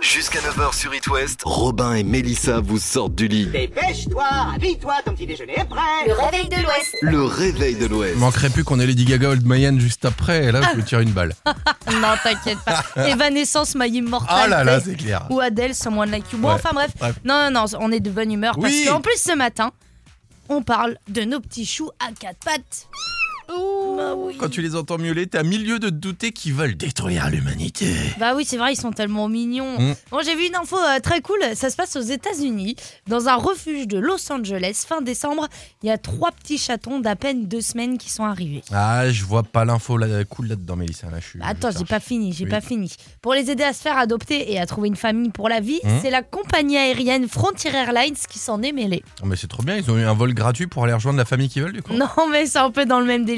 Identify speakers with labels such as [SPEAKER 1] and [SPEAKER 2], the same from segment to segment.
[SPEAKER 1] Jusqu'à 9h sur It West, Robin et Mélissa vous sortent du lit.
[SPEAKER 2] Dépêche-toi, habille-toi, ton petit déjeuner est prêt.
[SPEAKER 3] Le réveil de l'Ouest.
[SPEAKER 1] Le réveil de l'Ouest.
[SPEAKER 4] Il manquerait plus qu'on ait Lady Gaga Old Mayenne juste après, et là
[SPEAKER 5] Ah.
[SPEAKER 4] je me tire une balle.
[SPEAKER 5] Non, t'inquiète pas. Evanescence, My Immortal.
[SPEAKER 4] Ah là là,
[SPEAKER 5] Blake.
[SPEAKER 4] c'est clair.
[SPEAKER 5] Ou Adele, Someone Like You. Bon,
[SPEAKER 4] Ouais,
[SPEAKER 5] enfin bref.
[SPEAKER 4] bref.
[SPEAKER 5] Non, non, non, on est de bonne humeur.
[SPEAKER 4] Oui.
[SPEAKER 5] Parce qu'en plus, ce matin, on parle de nos petits choux à quatre pattes. Bah oui.
[SPEAKER 4] Quand tu les entends miauler, t'as mille lieux de te douter qu'ils veulent détruire l'humanité.
[SPEAKER 5] Bah oui, c'est vrai, ils sont tellement mignons.
[SPEAKER 4] Mm.
[SPEAKER 5] Bon, j'ai vu une info euh, très cool. Ça se passe aux États-Unis, dans un refuge de Los Angeles, fin décembre. Il y a trois petits chatons d'à peine deux semaines qui sont arrivés.
[SPEAKER 4] Ah, je vois pas l'info là, cool là-dedans, Mélissa. Là, je suis-
[SPEAKER 5] Bah attends,
[SPEAKER 4] je
[SPEAKER 5] j'ai pas
[SPEAKER 4] cherche.
[SPEAKER 5] fini, j'ai
[SPEAKER 4] Oui.
[SPEAKER 5] pas fini. Pour les aider à se faire adopter et à trouver une famille pour la vie,
[SPEAKER 4] Hein
[SPEAKER 5] c'est la compagnie aérienne Frontier Airlines qui s'en est mêlée.
[SPEAKER 4] Oh, mais c'est trop bien, ils ont eu un vol gratuit pour aller rejoindre la famille qu'ils veulent, du coup.
[SPEAKER 5] Non, mais c'est un peu dans le même délire.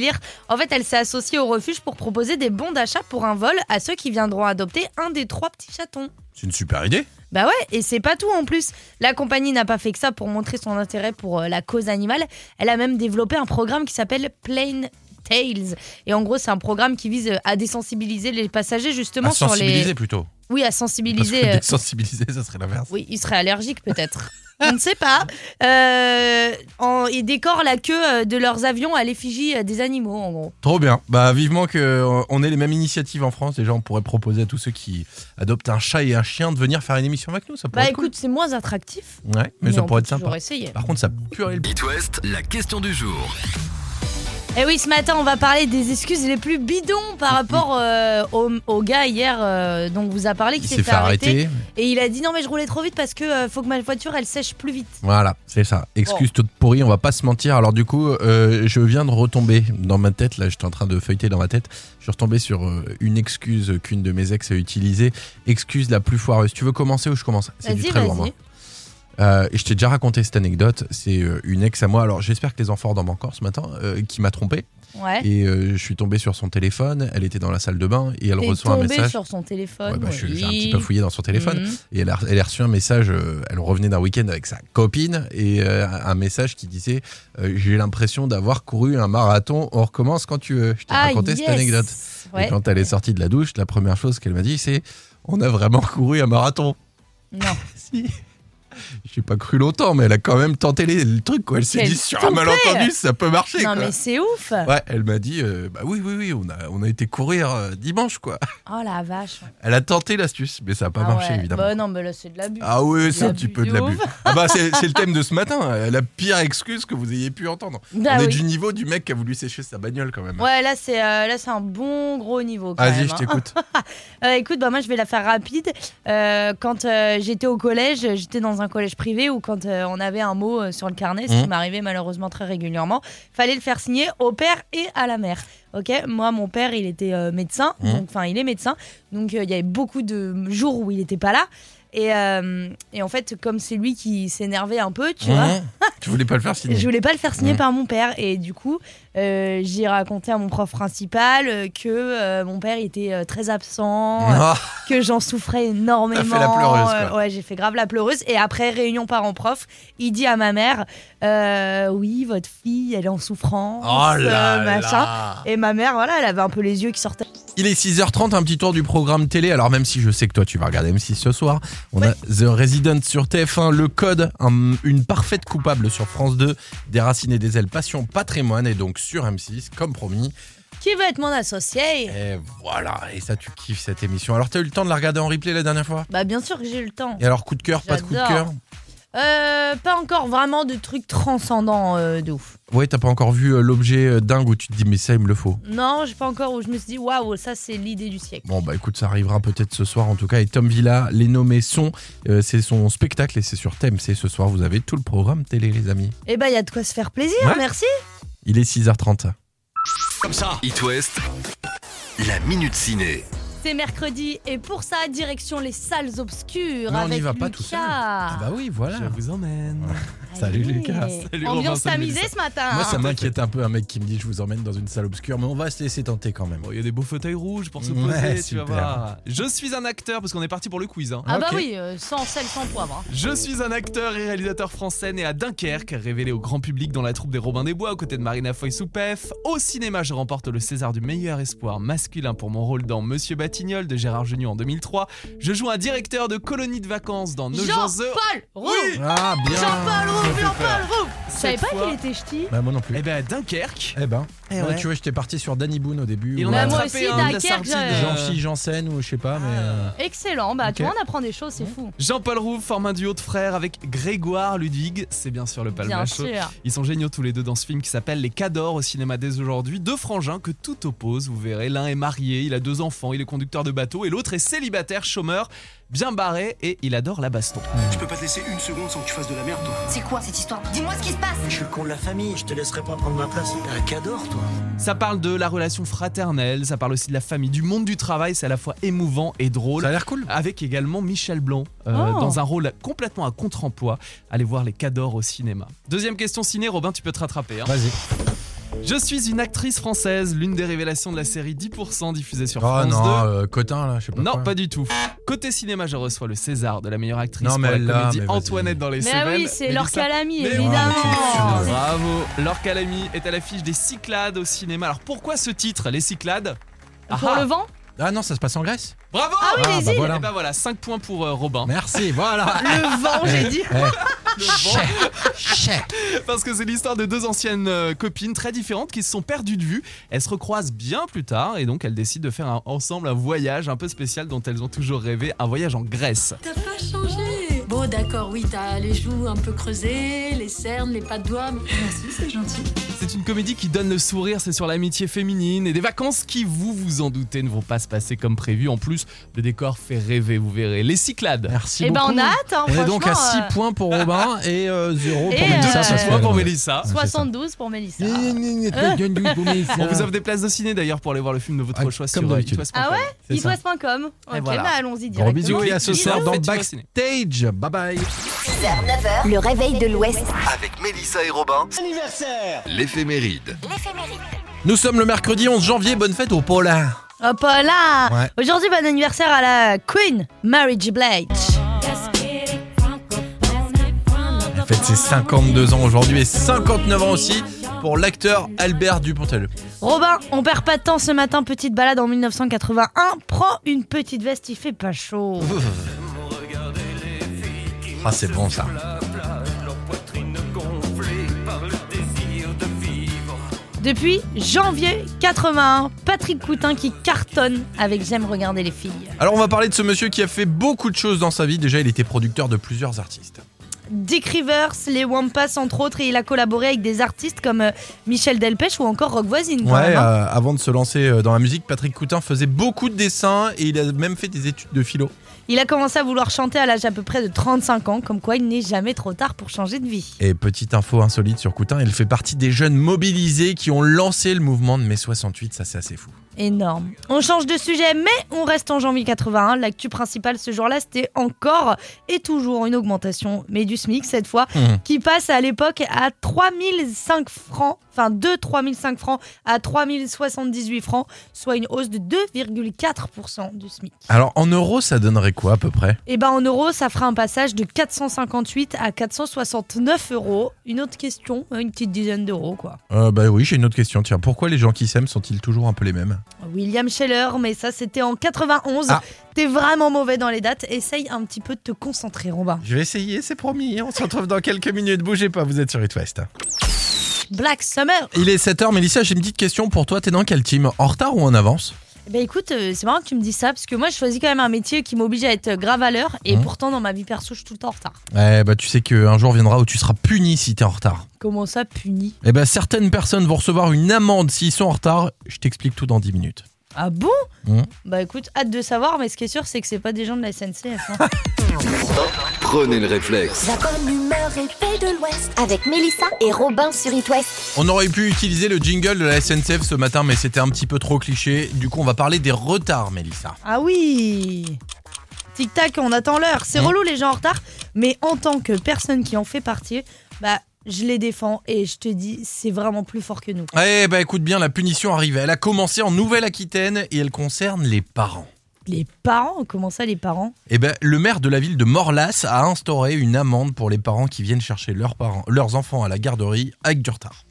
[SPEAKER 5] En fait, elle s'est associée au refuge pour proposer des bons d'achat pour un vol à ceux qui viendront adopter un des trois petits chatons.
[SPEAKER 4] C'est une super idée.
[SPEAKER 5] Bah ouais, et c'est pas tout en plus. La compagnie n'a pas fait que ça pour montrer son intérêt pour euh, la cause animale. Elle a même développé un programme qui s'appelle Plain Tales. Et en gros, c'est un programme qui vise euh, à désensibiliser les passagers justement
[SPEAKER 4] À
[SPEAKER 5] sur
[SPEAKER 4] sensibiliser
[SPEAKER 5] les.
[SPEAKER 4] plutôt.
[SPEAKER 5] Oui, à
[SPEAKER 4] Parce
[SPEAKER 5] sensibiliser.
[SPEAKER 4] que
[SPEAKER 5] euh,
[SPEAKER 4] désensibiliser, ça serait l'inverse.
[SPEAKER 5] Oui, il serait allergique peut-être. On ne sait pas. Euh, en- ils décorent la queue euh, de leurs avions à l'effigie euh, des animaux, en gros.
[SPEAKER 4] Trop bien. Bah vivement que euh, on ait les mêmes initiatives en France. Déjà, on pourrait proposer à tous ceux qui adoptent un chat et un chien de venir faire une émission avec nous. Ça pourrait
[SPEAKER 5] Bah
[SPEAKER 4] être cool.
[SPEAKER 5] écoute, c'est moins attractif.
[SPEAKER 4] Ouais, mais, ça
[SPEAKER 5] on
[SPEAKER 4] pourrait
[SPEAKER 5] peut
[SPEAKER 4] être sympa.
[SPEAKER 5] toujours essayer.
[SPEAKER 4] Par contre, ça puerait le
[SPEAKER 1] It West, la question du jour.
[SPEAKER 5] Et Eh oui, ce matin, on va parler des excuses les plus bidons par rapport euh, au, au gars hier euh, dont vous a parlé qui s'est fait, arrêter. Et il a dit non mais je roulais trop vite parce que euh, faut que ma voiture elle sèche plus vite.
[SPEAKER 4] Voilà, c'est ça. Excuse toute pourrie, on va pas se mentir. Alors du coup, euh, je viens de retomber dans ma tête. Là, j'étais en train de feuilleter dans ma tête. Je suis retombé sur euh, une excuse qu'une de mes ex a utilisée. Excuse la plus foireuse. Tu veux commencer ou je commence C'est du
[SPEAKER 5] Vas-y,
[SPEAKER 4] très lourd, hein. moi.
[SPEAKER 5] vas-y.
[SPEAKER 4] Euh, et je t'ai déjà raconté cette anecdote. C'est euh, une ex à moi. Alors j'espère que les enfants dorment encore ce matin, euh, qui m'a trompé.
[SPEAKER 5] Ouais.
[SPEAKER 4] Et euh, je suis tombé sur son téléphone. Elle était dans la salle de bain et elle
[SPEAKER 5] T'es
[SPEAKER 4] reçoit un
[SPEAKER 5] tombé
[SPEAKER 4] message.
[SPEAKER 5] sur son téléphone.
[SPEAKER 4] Ouais, bah, je suis-
[SPEAKER 5] oui.
[SPEAKER 4] j'ai un petit peu fouillé dans son téléphone.
[SPEAKER 5] Mhm.
[SPEAKER 4] Et elle a, elle a reçu un message, euh, elle revenait d'un week-end avec sa copine, et euh, un message qui disait euh, J'ai l'impression d'avoir couru un marathon, on recommence quand tu veux. Je t'ai
[SPEAKER 5] Ah,
[SPEAKER 4] raconté
[SPEAKER 5] yes.
[SPEAKER 4] cette anecdote.
[SPEAKER 5] Ouais.
[SPEAKER 4] Et quand elle est sortie de la douche, la première chose qu'elle m'a dit, c'est On a vraiment couru un marathon.
[SPEAKER 5] Non.
[SPEAKER 4] Si. J'ai pas cru longtemps, mais elle a quand même tenté les- le truc, quoi. Elle s'est
[SPEAKER 5] Quelle
[SPEAKER 4] dit Sur un malentendu, ça peut marcher,
[SPEAKER 5] non
[SPEAKER 4] quoi.
[SPEAKER 5] mais c'est ouf.
[SPEAKER 4] Ouais, elle m'a dit euh, Bah oui, oui, oui, on a, on a été courir euh, dimanche, quoi.
[SPEAKER 5] Oh la vache.
[SPEAKER 4] Elle a tenté l'astuce, mais ça a pas
[SPEAKER 5] Ah
[SPEAKER 4] marché,
[SPEAKER 5] ouais.
[SPEAKER 4] évidemment.
[SPEAKER 5] Bah non mais là c'est de l'abus.
[SPEAKER 4] Ah oui,
[SPEAKER 5] De
[SPEAKER 4] c'est un
[SPEAKER 5] l'abus
[SPEAKER 4] petit peu de
[SPEAKER 5] de
[SPEAKER 4] l'abus.
[SPEAKER 5] ouf.
[SPEAKER 4] Ah bah c'est c'est le thème de ce matin, euh, la pire excuse que vous ayez pu entendre.
[SPEAKER 5] Bah
[SPEAKER 4] On est
[SPEAKER 5] oui.
[SPEAKER 4] du niveau du mec qui a voulu sécher sa bagnole quand même.
[SPEAKER 5] Ouais là c'est euh, là c'est un bon gros niveau. quand
[SPEAKER 4] Vas-y,
[SPEAKER 5] même,
[SPEAKER 4] je
[SPEAKER 5] hein.
[SPEAKER 4] t'écoute.
[SPEAKER 5] Euh, écoute, bah, moi je vais la faire rapide. Euh, quand euh, j'étais au collège, j'étais dans un collège privé où quand euh, on avait un mot euh, sur le carnet, ce
[SPEAKER 4] Mhm.
[SPEAKER 5] qui m'arrivait malheureusement très régulièrement, fallait le faire signer au père et à la mère. Ok, moi mon père il était euh, médecin,
[SPEAKER 4] Mhm.
[SPEAKER 5] donc enfin il est médecin, donc euh, il y avait beaucoup de jours où il n'était pas là. Et, euh, et en fait, comme c'est lui qui s'énervait un peu, tu vois,
[SPEAKER 4] Hein tu voulais pas le faire signer.
[SPEAKER 5] je voulais pas le faire signer
[SPEAKER 4] Mhm.
[SPEAKER 5] par mon père et du coup, euh, j'ai raconté à mon prof principal euh, que euh, mon père était euh, très absent, euh,
[SPEAKER 4] Ah,
[SPEAKER 5] que j'en souffrais énormément.
[SPEAKER 4] T'as fait la pleureuse, quoi.
[SPEAKER 5] Euh, ouais, j'ai fait grave la pleureuse. Et après réunion parents prof, il dit à ma mère, euh, oui, votre fille, elle est en souffrance,
[SPEAKER 4] oh
[SPEAKER 5] euh,
[SPEAKER 4] là
[SPEAKER 5] machin.
[SPEAKER 4] là.
[SPEAKER 5] Et ma mère, voilà, elle avait un peu les yeux qui sortaient.
[SPEAKER 4] Il est 6h30, un petit tour du programme télé. Alors même si je sais que toi tu vas regarder M6 ce soir, on a The Resident sur TF1, Le Code, un- une parfaite coupable sur France 2, Des racines et des ailes, Passion, Patrimoine et donc sur M6, comme promis.
[SPEAKER 5] Qui veut être mon associé
[SPEAKER 4] Et voilà, et ça tu kiffes cette émission. Alors t'as eu le temps de la regarder en replay la dernière fois
[SPEAKER 5] Bah bien sûr que j'ai eu le temps.
[SPEAKER 4] Et alors coup de cœur, pas de coup de
[SPEAKER 5] J'adore.
[SPEAKER 4] cœur
[SPEAKER 5] Euh, pas encore vraiment de trucs transcendants euh, de ouf.
[SPEAKER 4] Ouais, t'as pas encore vu euh, l'objet euh, dingue où tu te dis mais ça il me le faut.
[SPEAKER 5] Non, j'ai pas encore où je me suis dit waouh, ça c'est l'idée du siècle.
[SPEAKER 4] Bon bah écoute, ça arrivera peut-être ce soir en tout cas. Et Tom Villa, les nommés sont, euh, c'est son spectacle et c'est sur thème. C'est ce soir, vous avez tout le programme télé les amis.
[SPEAKER 5] Eh bah, il y a de quoi se faire plaisir,
[SPEAKER 4] Ouais.
[SPEAKER 5] merci.
[SPEAKER 4] Il est 6h30.
[SPEAKER 1] It West, la minute ciné.
[SPEAKER 5] C'est mercredi et pour ça, direction les salles obscures.
[SPEAKER 4] Mais on n'y
[SPEAKER 5] avec
[SPEAKER 4] va pas
[SPEAKER 5] Lucas.
[SPEAKER 4] tout seul. Ah bah oui, voilà.
[SPEAKER 6] Je vous emmène.
[SPEAKER 5] Ah,
[SPEAKER 4] Salut, Lucas. Salut, Robin,
[SPEAKER 5] Ambiance
[SPEAKER 4] salut,
[SPEAKER 5] amusée
[SPEAKER 4] Mélissa.
[SPEAKER 5] ce matin.
[SPEAKER 4] Moi,
[SPEAKER 3] Ah.
[SPEAKER 4] ça
[SPEAKER 5] hein.
[SPEAKER 4] m'inquiète un peu, un mec qui me dit je vous emmène dans une salle obscure, mais on va se laisser tenter quand même.
[SPEAKER 3] Bon, il y a des beaux fauteuils rouges pour se
[SPEAKER 4] Ouais,
[SPEAKER 3] poser, tu
[SPEAKER 4] super.
[SPEAKER 3] vas voir. Je suis un acteur, parce qu'on est parti pour le quiz. hein.
[SPEAKER 5] Ah bah
[SPEAKER 4] Ok.
[SPEAKER 5] oui, euh, sans sel, sans poivre. hein.
[SPEAKER 3] Je suis un acteur et réalisateur français né à Dunkerque, révélé au grand public dans la troupe des Robins des Bois aux côtés de Marina Foy-Soupef. Au cinéma, je remporte le César du meilleur espoir masculin pour mon rôle dans Monsieur Batignol de Gérard Jugnot en 2003. Je joue un directeur de colonie de vacances dans Nos gens heureux.
[SPEAKER 5] Jean-Paul Roux
[SPEAKER 3] Oui.
[SPEAKER 4] Ah, bien
[SPEAKER 5] Jean-Paul
[SPEAKER 4] Ça
[SPEAKER 5] Roux
[SPEAKER 4] fait
[SPEAKER 5] Jean-Paul
[SPEAKER 4] peur.
[SPEAKER 5] Roux Je savais
[SPEAKER 3] Cette
[SPEAKER 5] pas
[SPEAKER 3] fois-
[SPEAKER 5] qu'il était ch'ti.
[SPEAKER 4] Bah, moi non plus.
[SPEAKER 3] Eh ben à Dunkerque,
[SPEAKER 4] Eh ben,
[SPEAKER 3] Eh
[SPEAKER 4] moi,
[SPEAKER 3] ouais.
[SPEAKER 4] tu vois, j'étais parti sur Danny Boone au début.
[SPEAKER 3] il
[SPEAKER 4] ou,
[SPEAKER 3] en a
[SPEAKER 5] Bah, moi aussi,
[SPEAKER 3] attrapé un de la
[SPEAKER 5] Dunkerque,
[SPEAKER 3] sardine.
[SPEAKER 5] j'avais-
[SPEAKER 3] euh,
[SPEAKER 4] Jean-Phi, Janssen ou je sais pas, mais. euh,
[SPEAKER 5] Excellent, bah tu
[SPEAKER 4] Ok.
[SPEAKER 5] vois, on apprend des choses, c'est fou.
[SPEAKER 3] Jean-Paul Roux forme un duo de frères avec Grégoire Ludwig, c'est bien sûr le
[SPEAKER 5] Bien
[SPEAKER 3] palmacho.
[SPEAKER 5] sûr.
[SPEAKER 3] Ils sont géniaux tous les deux dans ce film qui s'appelle Les Cadors au cinéma dès aujourd'hui. Deux frangins que tout oppose, vous verrez. L'un est marié, il a deux enfants, il est conducteur de bateau et l'autre est célibataire, chômeur, bien barré et il adore la baston.
[SPEAKER 6] Je peux pas te laisser une seconde sans que tu fasses de la merde, toi.
[SPEAKER 7] C'est quoi cette histoire Dis-moi ce qui se passe
[SPEAKER 6] Je suis le con de la famille, je te laisserai pas prendre ma place. T'es un cador, toi.
[SPEAKER 3] Ça parle de la relation fraternelle, ça parle aussi de la famille, du monde du travail, c'est à la fois émouvant et drôle.
[SPEAKER 4] Ça a l'air cool.
[SPEAKER 3] Avec également Michel Blanc euh,
[SPEAKER 5] Oh.
[SPEAKER 3] dans un rôle complètement à contre-emploi. Allez voir les Cadors au cinéma. Deuxième question ciné, Robin, tu peux te rattraper. hein.
[SPEAKER 4] Ah. Vas-y.
[SPEAKER 3] Je suis une actrice française, l'une des révélations de la série 10% diffusée sur
[SPEAKER 4] Oh
[SPEAKER 3] France 2.
[SPEAKER 4] non, euh, Cotin là, je sais pas.
[SPEAKER 3] Non,
[SPEAKER 4] quoi.
[SPEAKER 3] pas du tout. Côté cinéma, je reçois le César de la meilleure actrice
[SPEAKER 4] Non, mais
[SPEAKER 3] pour la
[SPEAKER 4] là,
[SPEAKER 3] comédie
[SPEAKER 4] mais vas-y.
[SPEAKER 3] Antoinette dans les
[SPEAKER 5] Mais ah
[SPEAKER 3] Cévennes.
[SPEAKER 5] oui, c'est
[SPEAKER 3] Mélissa.
[SPEAKER 5] leur calami,
[SPEAKER 3] Mais-
[SPEAKER 5] évidemment.
[SPEAKER 4] Ah, mais
[SPEAKER 3] Bravo. Lorca Lamy est à l'affiche des Cyclades au cinéma. Alors pourquoi ce titre, les Cyclades
[SPEAKER 5] Pour
[SPEAKER 3] Ah,
[SPEAKER 5] le vent
[SPEAKER 4] Ah non, ça se passe en Grèce.
[SPEAKER 3] Bravo.
[SPEAKER 5] Ah oui,
[SPEAKER 4] Ah,
[SPEAKER 5] les
[SPEAKER 4] bah
[SPEAKER 5] îles
[SPEAKER 4] voilà.
[SPEAKER 3] Et bah voilà, 5 points pour euh, Robin.
[SPEAKER 4] Merci, voilà.
[SPEAKER 5] Le vent, j'ai dit.
[SPEAKER 3] Le vent. Parce que c'est l'histoire de deux anciennes euh, copines très différentes qui se sont perdues de vue. Elles se recroisent bien plus tard et donc elles décident de faire un- ensemble un voyage un peu spécial dont elles ont toujours rêvé, un voyage en Grèce.
[SPEAKER 8] T'as pas changé Bon, d'accord, oui, t'as les joues un peu creusées, les cernes, les pas de doigts. Merci, c'est gentil.
[SPEAKER 3] C'est une comédie qui donne le sourire, c'est sur l'amitié féminine et des vacances qui, vous vous en doutez, ne vont pas se passer comme prévu. En plus, le décor fait rêver, vous verrez. Les Cyclades.
[SPEAKER 4] Merci
[SPEAKER 5] Eh ben
[SPEAKER 4] beaucoup.
[SPEAKER 5] on a hâte, hein,
[SPEAKER 4] On est donc à
[SPEAKER 5] franchement,
[SPEAKER 4] 6
[SPEAKER 5] euh,
[SPEAKER 4] points pour Robin et 0 pour
[SPEAKER 5] Et,
[SPEAKER 4] Mélissa.
[SPEAKER 5] euh,
[SPEAKER 4] ce
[SPEAKER 5] Six
[SPEAKER 4] soir.
[SPEAKER 3] Point pour Mélissa.
[SPEAKER 4] c'est ça.
[SPEAKER 5] 72 pour Mélissa. Euh.
[SPEAKER 3] On vous offre des places de ciné d'ailleurs pour aller voir le film de votre
[SPEAKER 4] Ah,
[SPEAKER 3] choix
[SPEAKER 4] comme
[SPEAKER 3] sur euh,
[SPEAKER 4] d'habitude.
[SPEAKER 3] itwest.com.
[SPEAKER 5] Ah ouais
[SPEAKER 4] C'est ça.
[SPEAKER 5] Itwest.com. Ok,
[SPEAKER 3] voilà.
[SPEAKER 5] bah allons-y
[SPEAKER 4] Gros
[SPEAKER 5] directement.
[SPEAKER 4] bisous et à ce
[SPEAKER 3] Bisous.
[SPEAKER 4] soir dans
[SPEAKER 3] Faites-toi ciné.
[SPEAKER 4] Backstage. Bye bye.
[SPEAKER 7] 9h, le réveil de l'Ouest.
[SPEAKER 1] Avec Mélissa et Robin,
[SPEAKER 2] Anniversaire
[SPEAKER 1] l'éphéméride.
[SPEAKER 4] Nous sommes le mercredi 11 janvier. Bonne fête au Paulin.
[SPEAKER 5] Hop là
[SPEAKER 4] Ouais.
[SPEAKER 5] Aujourd'hui, bon anniversaire à la Queen, Mary J. Blige.
[SPEAKER 4] Elle fête ses 52 ans aujourd'hui et 59 ans aussi pour l'acteur Albert Dupontel.
[SPEAKER 5] Robin, on perd pas de temps ce matin, petite balade en 1981. Prends une petite veste, il fait pas chaud.
[SPEAKER 4] Ah, c'est bon ça.
[SPEAKER 5] Depuis janvier 81, Patrick Coutin qui cartonne avec J'aime regarder les filles.
[SPEAKER 4] Alors, on va parler de ce monsieur qui a fait beaucoup de choses dans sa vie. Déjà, il était producteur de plusieurs artistes.
[SPEAKER 5] Dick Rivers, les Wampas entre autres, et il a collaboré avec des artistes comme euh, Michel Delpech ou encore Rock Voisine. quand
[SPEAKER 4] Ouais,
[SPEAKER 5] même, hein.
[SPEAKER 4] euh, avant de se lancer euh, dans la musique, Patrick Coutin faisait beaucoup de dessins et il a même fait des études de philo.
[SPEAKER 5] Il a commencé à vouloir chanter à l'âge à peu près de 35 ans, comme quoi il n'est jamais trop tard pour changer de vie.
[SPEAKER 4] Et petite info insolite sur Coutin, il fait partie des jeunes mobilisés qui ont lancé le mouvement de mai 68, ça c'est assez fou.
[SPEAKER 5] Énorme. On change de sujet, mais on reste en janvier 81. L'actu principale ce jour-là, c'était encore et toujours une augmentation, mais du SMIC cette fois,
[SPEAKER 4] Mhm.
[SPEAKER 5] qui passe à l'époque à 3005 francs, enfin de 3005 francs à 3078 francs, soit une hausse de 2,4% du SMIC.
[SPEAKER 4] Alors en euros, ça donnerait quoi à peu près
[SPEAKER 5] Et ben en euros, ça fera un passage de 458 à 469 euros. Une autre question, une petite dizaine d'euros quoi.
[SPEAKER 4] euh, Bah oui, j'ai une autre question, tiens, pourquoi les gens qui s'aiment sont-ils toujours un peu les mêmes
[SPEAKER 5] William Scheller, mais ça c'était en 91.
[SPEAKER 4] Ah.
[SPEAKER 5] T'es vraiment mauvais dans les dates. Essaye un petit peu de te concentrer, Robin.
[SPEAKER 4] Je vais essayer, c'est promis, hein. on se retrouve dans quelques minutes, bougez pas, vous êtes sur It West.
[SPEAKER 5] Black Summer.
[SPEAKER 4] Il est 7h, Mélissa, j'ai une petite question pour toi, t'es dans quel team En retard ou en avance
[SPEAKER 5] Bah écoute, euh, c'est marrant que tu me dis ça parce que moi je choisis quand même un métier qui m'oblige à être grave à l'heure et
[SPEAKER 4] Mmh.
[SPEAKER 5] pourtant dans ma vie perso je suis tout le temps en retard.
[SPEAKER 4] Eh bah tu sais qu'un jour viendra où tu seras puni si t'es en retard.
[SPEAKER 5] Comment ça puni
[SPEAKER 4] Eh ben certaines personnes vont recevoir une amende s'ils sont en retard, je t'explique tout dans 10 minutes.
[SPEAKER 5] Ah bon
[SPEAKER 4] Mmh.
[SPEAKER 5] Bah écoute, hâte de savoir, mais ce qui est sûr c'est que c'est pas des gens de la SNCF. hein.
[SPEAKER 1] Prenez le réflexe.
[SPEAKER 7] La bonne humeur réveil de l'Ouest. Avec Mélissa et Robin sur It West.
[SPEAKER 4] On aurait pu utiliser le jingle de la SNCF ce matin, mais c'était un petit peu trop cliché. Du coup, on va parler des retards, Mélissa.
[SPEAKER 5] ah oui Tic tac, on attend l'heure. C'est
[SPEAKER 4] Mmh.
[SPEAKER 5] relou les gens en retard, mais en tant que personne qui en fait partie, bah, je les défends et je te dis, c'est vraiment plus fort que nous.
[SPEAKER 4] Eh bah écoute bien, la punition arrive. Elle a commencé en Nouvelle-Aquitaine et elle concerne les parents.
[SPEAKER 5] Les parents, comment ça, les parents
[SPEAKER 4] Eh ben, le maire de la ville de Morlas a instauré une amende pour les parents qui viennent chercher leurs, parents, leurs enfants à la garderie avec du retard.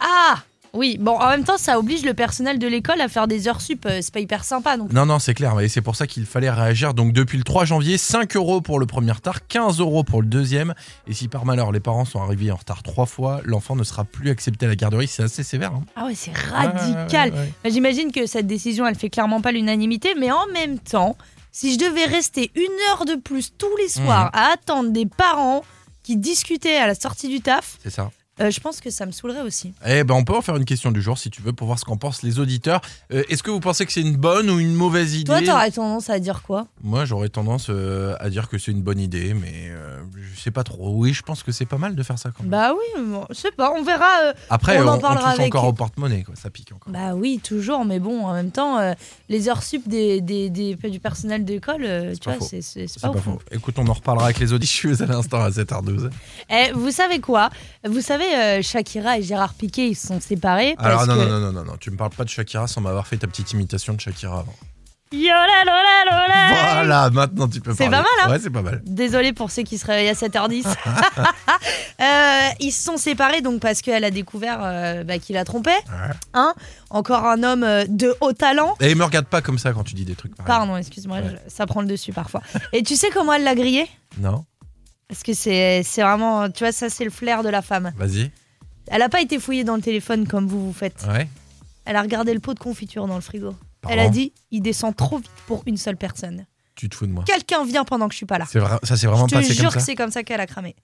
[SPEAKER 5] Ah oui, bon, en même temps, ça oblige le personnel de l'école à faire des heures sup. euh, C'est pas hyper sympa non plus.
[SPEAKER 4] Non, non, c'est clair, mais c'est pour ça qu'il fallait réagir. Donc depuis le 3 janvier, 5 euros pour le premier retard, 15 euros pour le deuxième. Et si par malheur les parents sont arrivés en retard trois fois, l'enfant ne sera plus accepté à la garderie. C'est assez sévère. hein.
[SPEAKER 5] Ah ouais, c'est radical.
[SPEAKER 4] Ouais, ouais, ouais, ouais.
[SPEAKER 5] Bah, J'imagine que cette décision, elle fait clairement pas l'unanimité, mais en même temps, si je devais rester une heure de plus tous les soirs à attendre des parents qui discutaient à la sortie du taf,
[SPEAKER 4] C'est ça.
[SPEAKER 5] euh, je pense que ça me saoulerait aussi.
[SPEAKER 4] Eh ben, on peut en faire une question du jour si tu veux pour voir ce qu'en pensent les auditeurs. Euh, Est-ce que vous pensez que c'est une bonne ou une mauvaise idée
[SPEAKER 5] Toi, t'aurais tendance à dire quoi
[SPEAKER 4] Moi, j'aurais tendance euh, à dire que c'est une bonne idée, mais euh, je sais pas trop. Oui, je pense que c'est pas mal de faire ça quand même.
[SPEAKER 5] Bah oui, bon, je sais pas, on verra. euh,
[SPEAKER 4] Après,
[SPEAKER 5] on
[SPEAKER 4] on,
[SPEAKER 5] en
[SPEAKER 4] on
[SPEAKER 5] parlera
[SPEAKER 4] touche
[SPEAKER 5] avec-
[SPEAKER 4] encore au porte-monnaie, quoi. Ça pique encore.
[SPEAKER 5] Bah oui, toujours, mais bon, en même temps, euh, les heures sup des, des, des- du personnel d'école, euh, tu
[SPEAKER 4] pas
[SPEAKER 5] vois,
[SPEAKER 4] faux.
[SPEAKER 5] c'est c'est- c'est
[SPEAKER 4] c'est
[SPEAKER 5] pas,
[SPEAKER 4] pas,
[SPEAKER 5] ouf.
[SPEAKER 4] faux. Écoute, on en reparlera avec les auditeurs à l'instant à 7h12.
[SPEAKER 5] Eh, vous savez quoi Vous savez, euh, Shakira et Gérard Piqué, ils se sont séparés. Parce
[SPEAKER 4] Alors non,
[SPEAKER 5] que...
[SPEAKER 4] non, non, non, non, non, tu me parles pas de Shakira sans m'avoir fait ta petite imitation de Shakira avant.
[SPEAKER 5] Yo la la la la la.
[SPEAKER 4] Voilà, maintenant tu peux
[SPEAKER 5] C'est
[SPEAKER 4] parler.
[SPEAKER 5] pas mal, hein
[SPEAKER 4] Ouais, c'est pas mal.
[SPEAKER 5] Désolée pour ceux qui se réveillent à 7h10. Euh, ils se sont séparés donc parce qu'elle a découvert euh, bah, qu'il la trompait. Hein Encore un homme euh, de haut talent.
[SPEAKER 4] Et me regarde pas comme ça quand tu dis des trucs pareils.
[SPEAKER 5] Pardon, excuse-moi,
[SPEAKER 4] Ouais.
[SPEAKER 5] je- ça prend le dessus parfois. Et tu sais comment elle l'a grillé
[SPEAKER 4] Non,
[SPEAKER 5] Parce que c'est c'est vraiment, tu vois, ça c'est le flair de la femme.
[SPEAKER 4] vas-y.
[SPEAKER 5] Elle n'a pas été fouillée dans le téléphone comme vous vous faites.
[SPEAKER 4] Ouais.
[SPEAKER 5] Elle a regardé le pot de confiture dans le frigo.
[SPEAKER 4] Pardon.
[SPEAKER 5] Elle a dit, il descend trop vite pour une seule personne.
[SPEAKER 4] Tu te fous de moi.
[SPEAKER 5] Quelqu'un vient pendant que je suis pas là.
[SPEAKER 4] C'est vrai, ça s'est vraiment
[SPEAKER 5] Je te
[SPEAKER 4] passé
[SPEAKER 5] jure
[SPEAKER 4] comme
[SPEAKER 5] que
[SPEAKER 4] ça.
[SPEAKER 5] c'est comme ça qu'elle a cramé.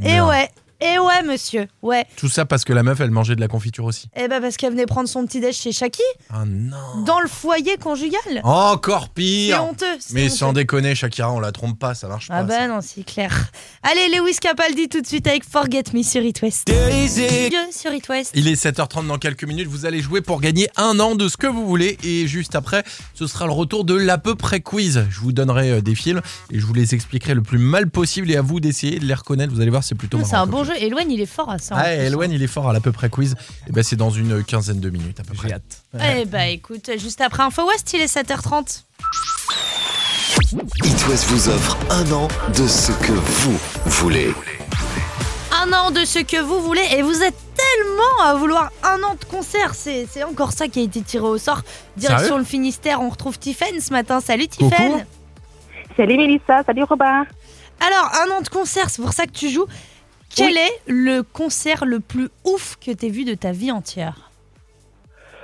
[SPEAKER 5] Et
[SPEAKER 4] Merde.
[SPEAKER 5] ouais, et ouais, monsieur. Ouais.
[SPEAKER 4] Tout ça parce que la meuf, elle mangeait de la confiture aussi.
[SPEAKER 5] Eh ben parce qu'elle venait prendre son petit déj chez Shaki
[SPEAKER 4] Ah non.
[SPEAKER 5] dans le foyer conjugal.
[SPEAKER 4] Encore
[SPEAKER 5] C'est
[SPEAKER 4] pire.
[SPEAKER 5] honteux. c'est
[SPEAKER 4] Mais
[SPEAKER 5] honteux.
[SPEAKER 4] sans déconner, Shakira, on la trompe pas, ça marche
[SPEAKER 5] Ah
[SPEAKER 4] pas.
[SPEAKER 5] bah
[SPEAKER 4] ça.
[SPEAKER 5] non, c'est clair. Allez, Lewis Capaldi tout de suite avec Forget Me sur It West. Dieu sur It West.
[SPEAKER 4] Il est 7h30 dans quelques minutes, vous allez jouer pour gagner un an de ce que vous voulez et juste après, ce sera le retour de l'à peu près quiz. Je vous donnerai euh, des films et je vous les expliquerai le plus mal possible et à vous d'essayer de les reconnaître, vous allez voir, c'est plutôt
[SPEAKER 5] Hum,
[SPEAKER 4] marrant.
[SPEAKER 5] C'est un
[SPEAKER 4] comme
[SPEAKER 5] bon jeu. Éloigne, il est fort à ça. en
[SPEAKER 4] Ah,
[SPEAKER 5] plus.
[SPEAKER 4] Eloane, il est fort à l'à peu près quiz. Et ben c'est dans une quinzaine de minutes à peu près.
[SPEAKER 3] J'ai hâte.
[SPEAKER 5] Eh bah écoute, juste après Info West, il est 7h30.
[SPEAKER 1] It West vous offre un an de ce que vous voulez.
[SPEAKER 5] Un an de ce que vous voulez et vous êtes tellement à vouloir un an de concert. C'est c'est encore ça qui a été tiré au sort. Direction
[SPEAKER 4] Sérieux
[SPEAKER 5] le Finistère, on retrouve Tiffen ce matin. Salut Tiffen.
[SPEAKER 4] Coucou.
[SPEAKER 9] Salut Mélissa, salut Robin.
[SPEAKER 5] Alors, un an de concert, c'est pour ça que tu joues. Quel est le concert le plus ouf que t'aies vu de ta vie entière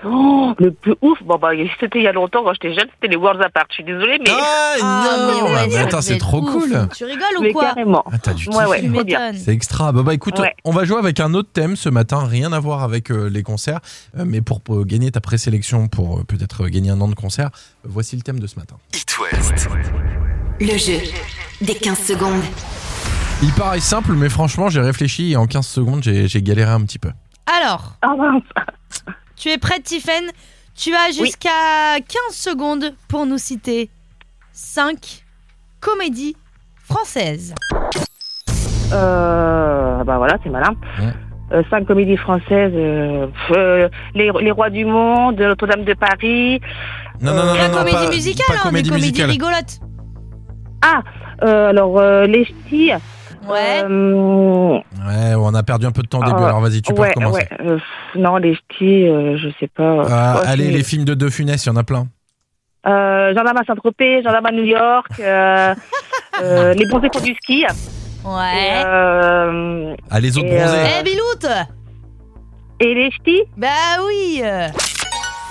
[SPEAKER 9] Oh, le plus ouf, bon bah c'était il y a longtemps quand j'étais jeune, c'était les Worlds Apart. Je suis désolée, mais,
[SPEAKER 4] Ah, non
[SPEAKER 5] mais ouais,
[SPEAKER 4] bah,
[SPEAKER 5] ça
[SPEAKER 4] Attends,
[SPEAKER 5] devait
[SPEAKER 4] c'est
[SPEAKER 5] être
[SPEAKER 4] trop
[SPEAKER 5] ouf.
[SPEAKER 4] cool.
[SPEAKER 5] Tu rigoles
[SPEAKER 9] mais
[SPEAKER 5] ou quoi
[SPEAKER 9] carrément.
[SPEAKER 4] Ah, t'as du
[SPEAKER 9] Ouais, ouais.
[SPEAKER 5] Tu
[SPEAKER 9] Trop bien.
[SPEAKER 5] m'étonnes.
[SPEAKER 4] C'est extra. Bah, bah écoute,
[SPEAKER 9] Ouais.
[SPEAKER 4] on va jouer avec un autre thème ce matin, rien à voir avec euh, les concerts, euh, mais pour, euh, gagner ta présélection, pour euh, peut-être euh, gagner un an de concert, euh, voici le thème de ce matin.
[SPEAKER 1] It West.
[SPEAKER 10] Le jeu des 15 secondes.
[SPEAKER 4] Il paraît simple, mais franchement, j'ai réfléchi et en 15 secondes, j'ai j'ai galéré un petit peu.
[SPEAKER 5] Alors,
[SPEAKER 9] Ah mince.
[SPEAKER 5] tu es prête, Tiffen Tu as jusqu'à 15 secondes pour nous citer 5 comédies françaises.
[SPEAKER 9] Euh, bah voilà, c'est malin.
[SPEAKER 4] Ouais.
[SPEAKER 9] Euh, cinq comédies françaises, euh, pff, euh, les, les Rois du Monde, Notre-Dame de Paris.
[SPEAKER 4] Non, non, non, non,
[SPEAKER 5] Pas
[SPEAKER 4] non,
[SPEAKER 5] comédie
[SPEAKER 4] pas,
[SPEAKER 5] musicale,
[SPEAKER 4] pas
[SPEAKER 5] hein,
[SPEAKER 4] comédie
[SPEAKER 5] des comédies
[SPEAKER 4] musicale.
[SPEAKER 5] rigolotes.
[SPEAKER 9] Ah, euh, alors euh, les ch'tis.
[SPEAKER 5] Ouais.
[SPEAKER 9] euh,
[SPEAKER 4] Ouais, on a perdu un peu de temps au début,
[SPEAKER 9] Ah,
[SPEAKER 4] alors vas-y, tu peux
[SPEAKER 9] ouais,
[SPEAKER 4] recommencer.
[SPEAKER 9] ouais. euh, pff, non, les ch'tis, euh, je sais pas.
[SPEAKER 4] Ah,
[SPEAKER 9] Ouais, c'est
[SPEAKER 4] allez,
[SPEAKER 9] nul.
[SPEAKER 4] les films de De Funès, il y en a plein.
[SPEAKER 9] Euh, gendarme à Saint-Tropez, gendarme à New York, euh, euh, les bons échos du ski. Et,
[SPEAKER 5] Ouais.
[SPEAKER 9] euh,
[SPEAKER 4] Allez, Ah, les autres
[SPEAKER 9] Et,
[SPEAKER 5] Eh,
[SPEAKER 9] euh,
[SPEAKER 4] bronzés.
[SPEAKER 5] Biloute
[SPEAKER 9] et les ch'tis oh,
[SPEAKER 5] Bah oui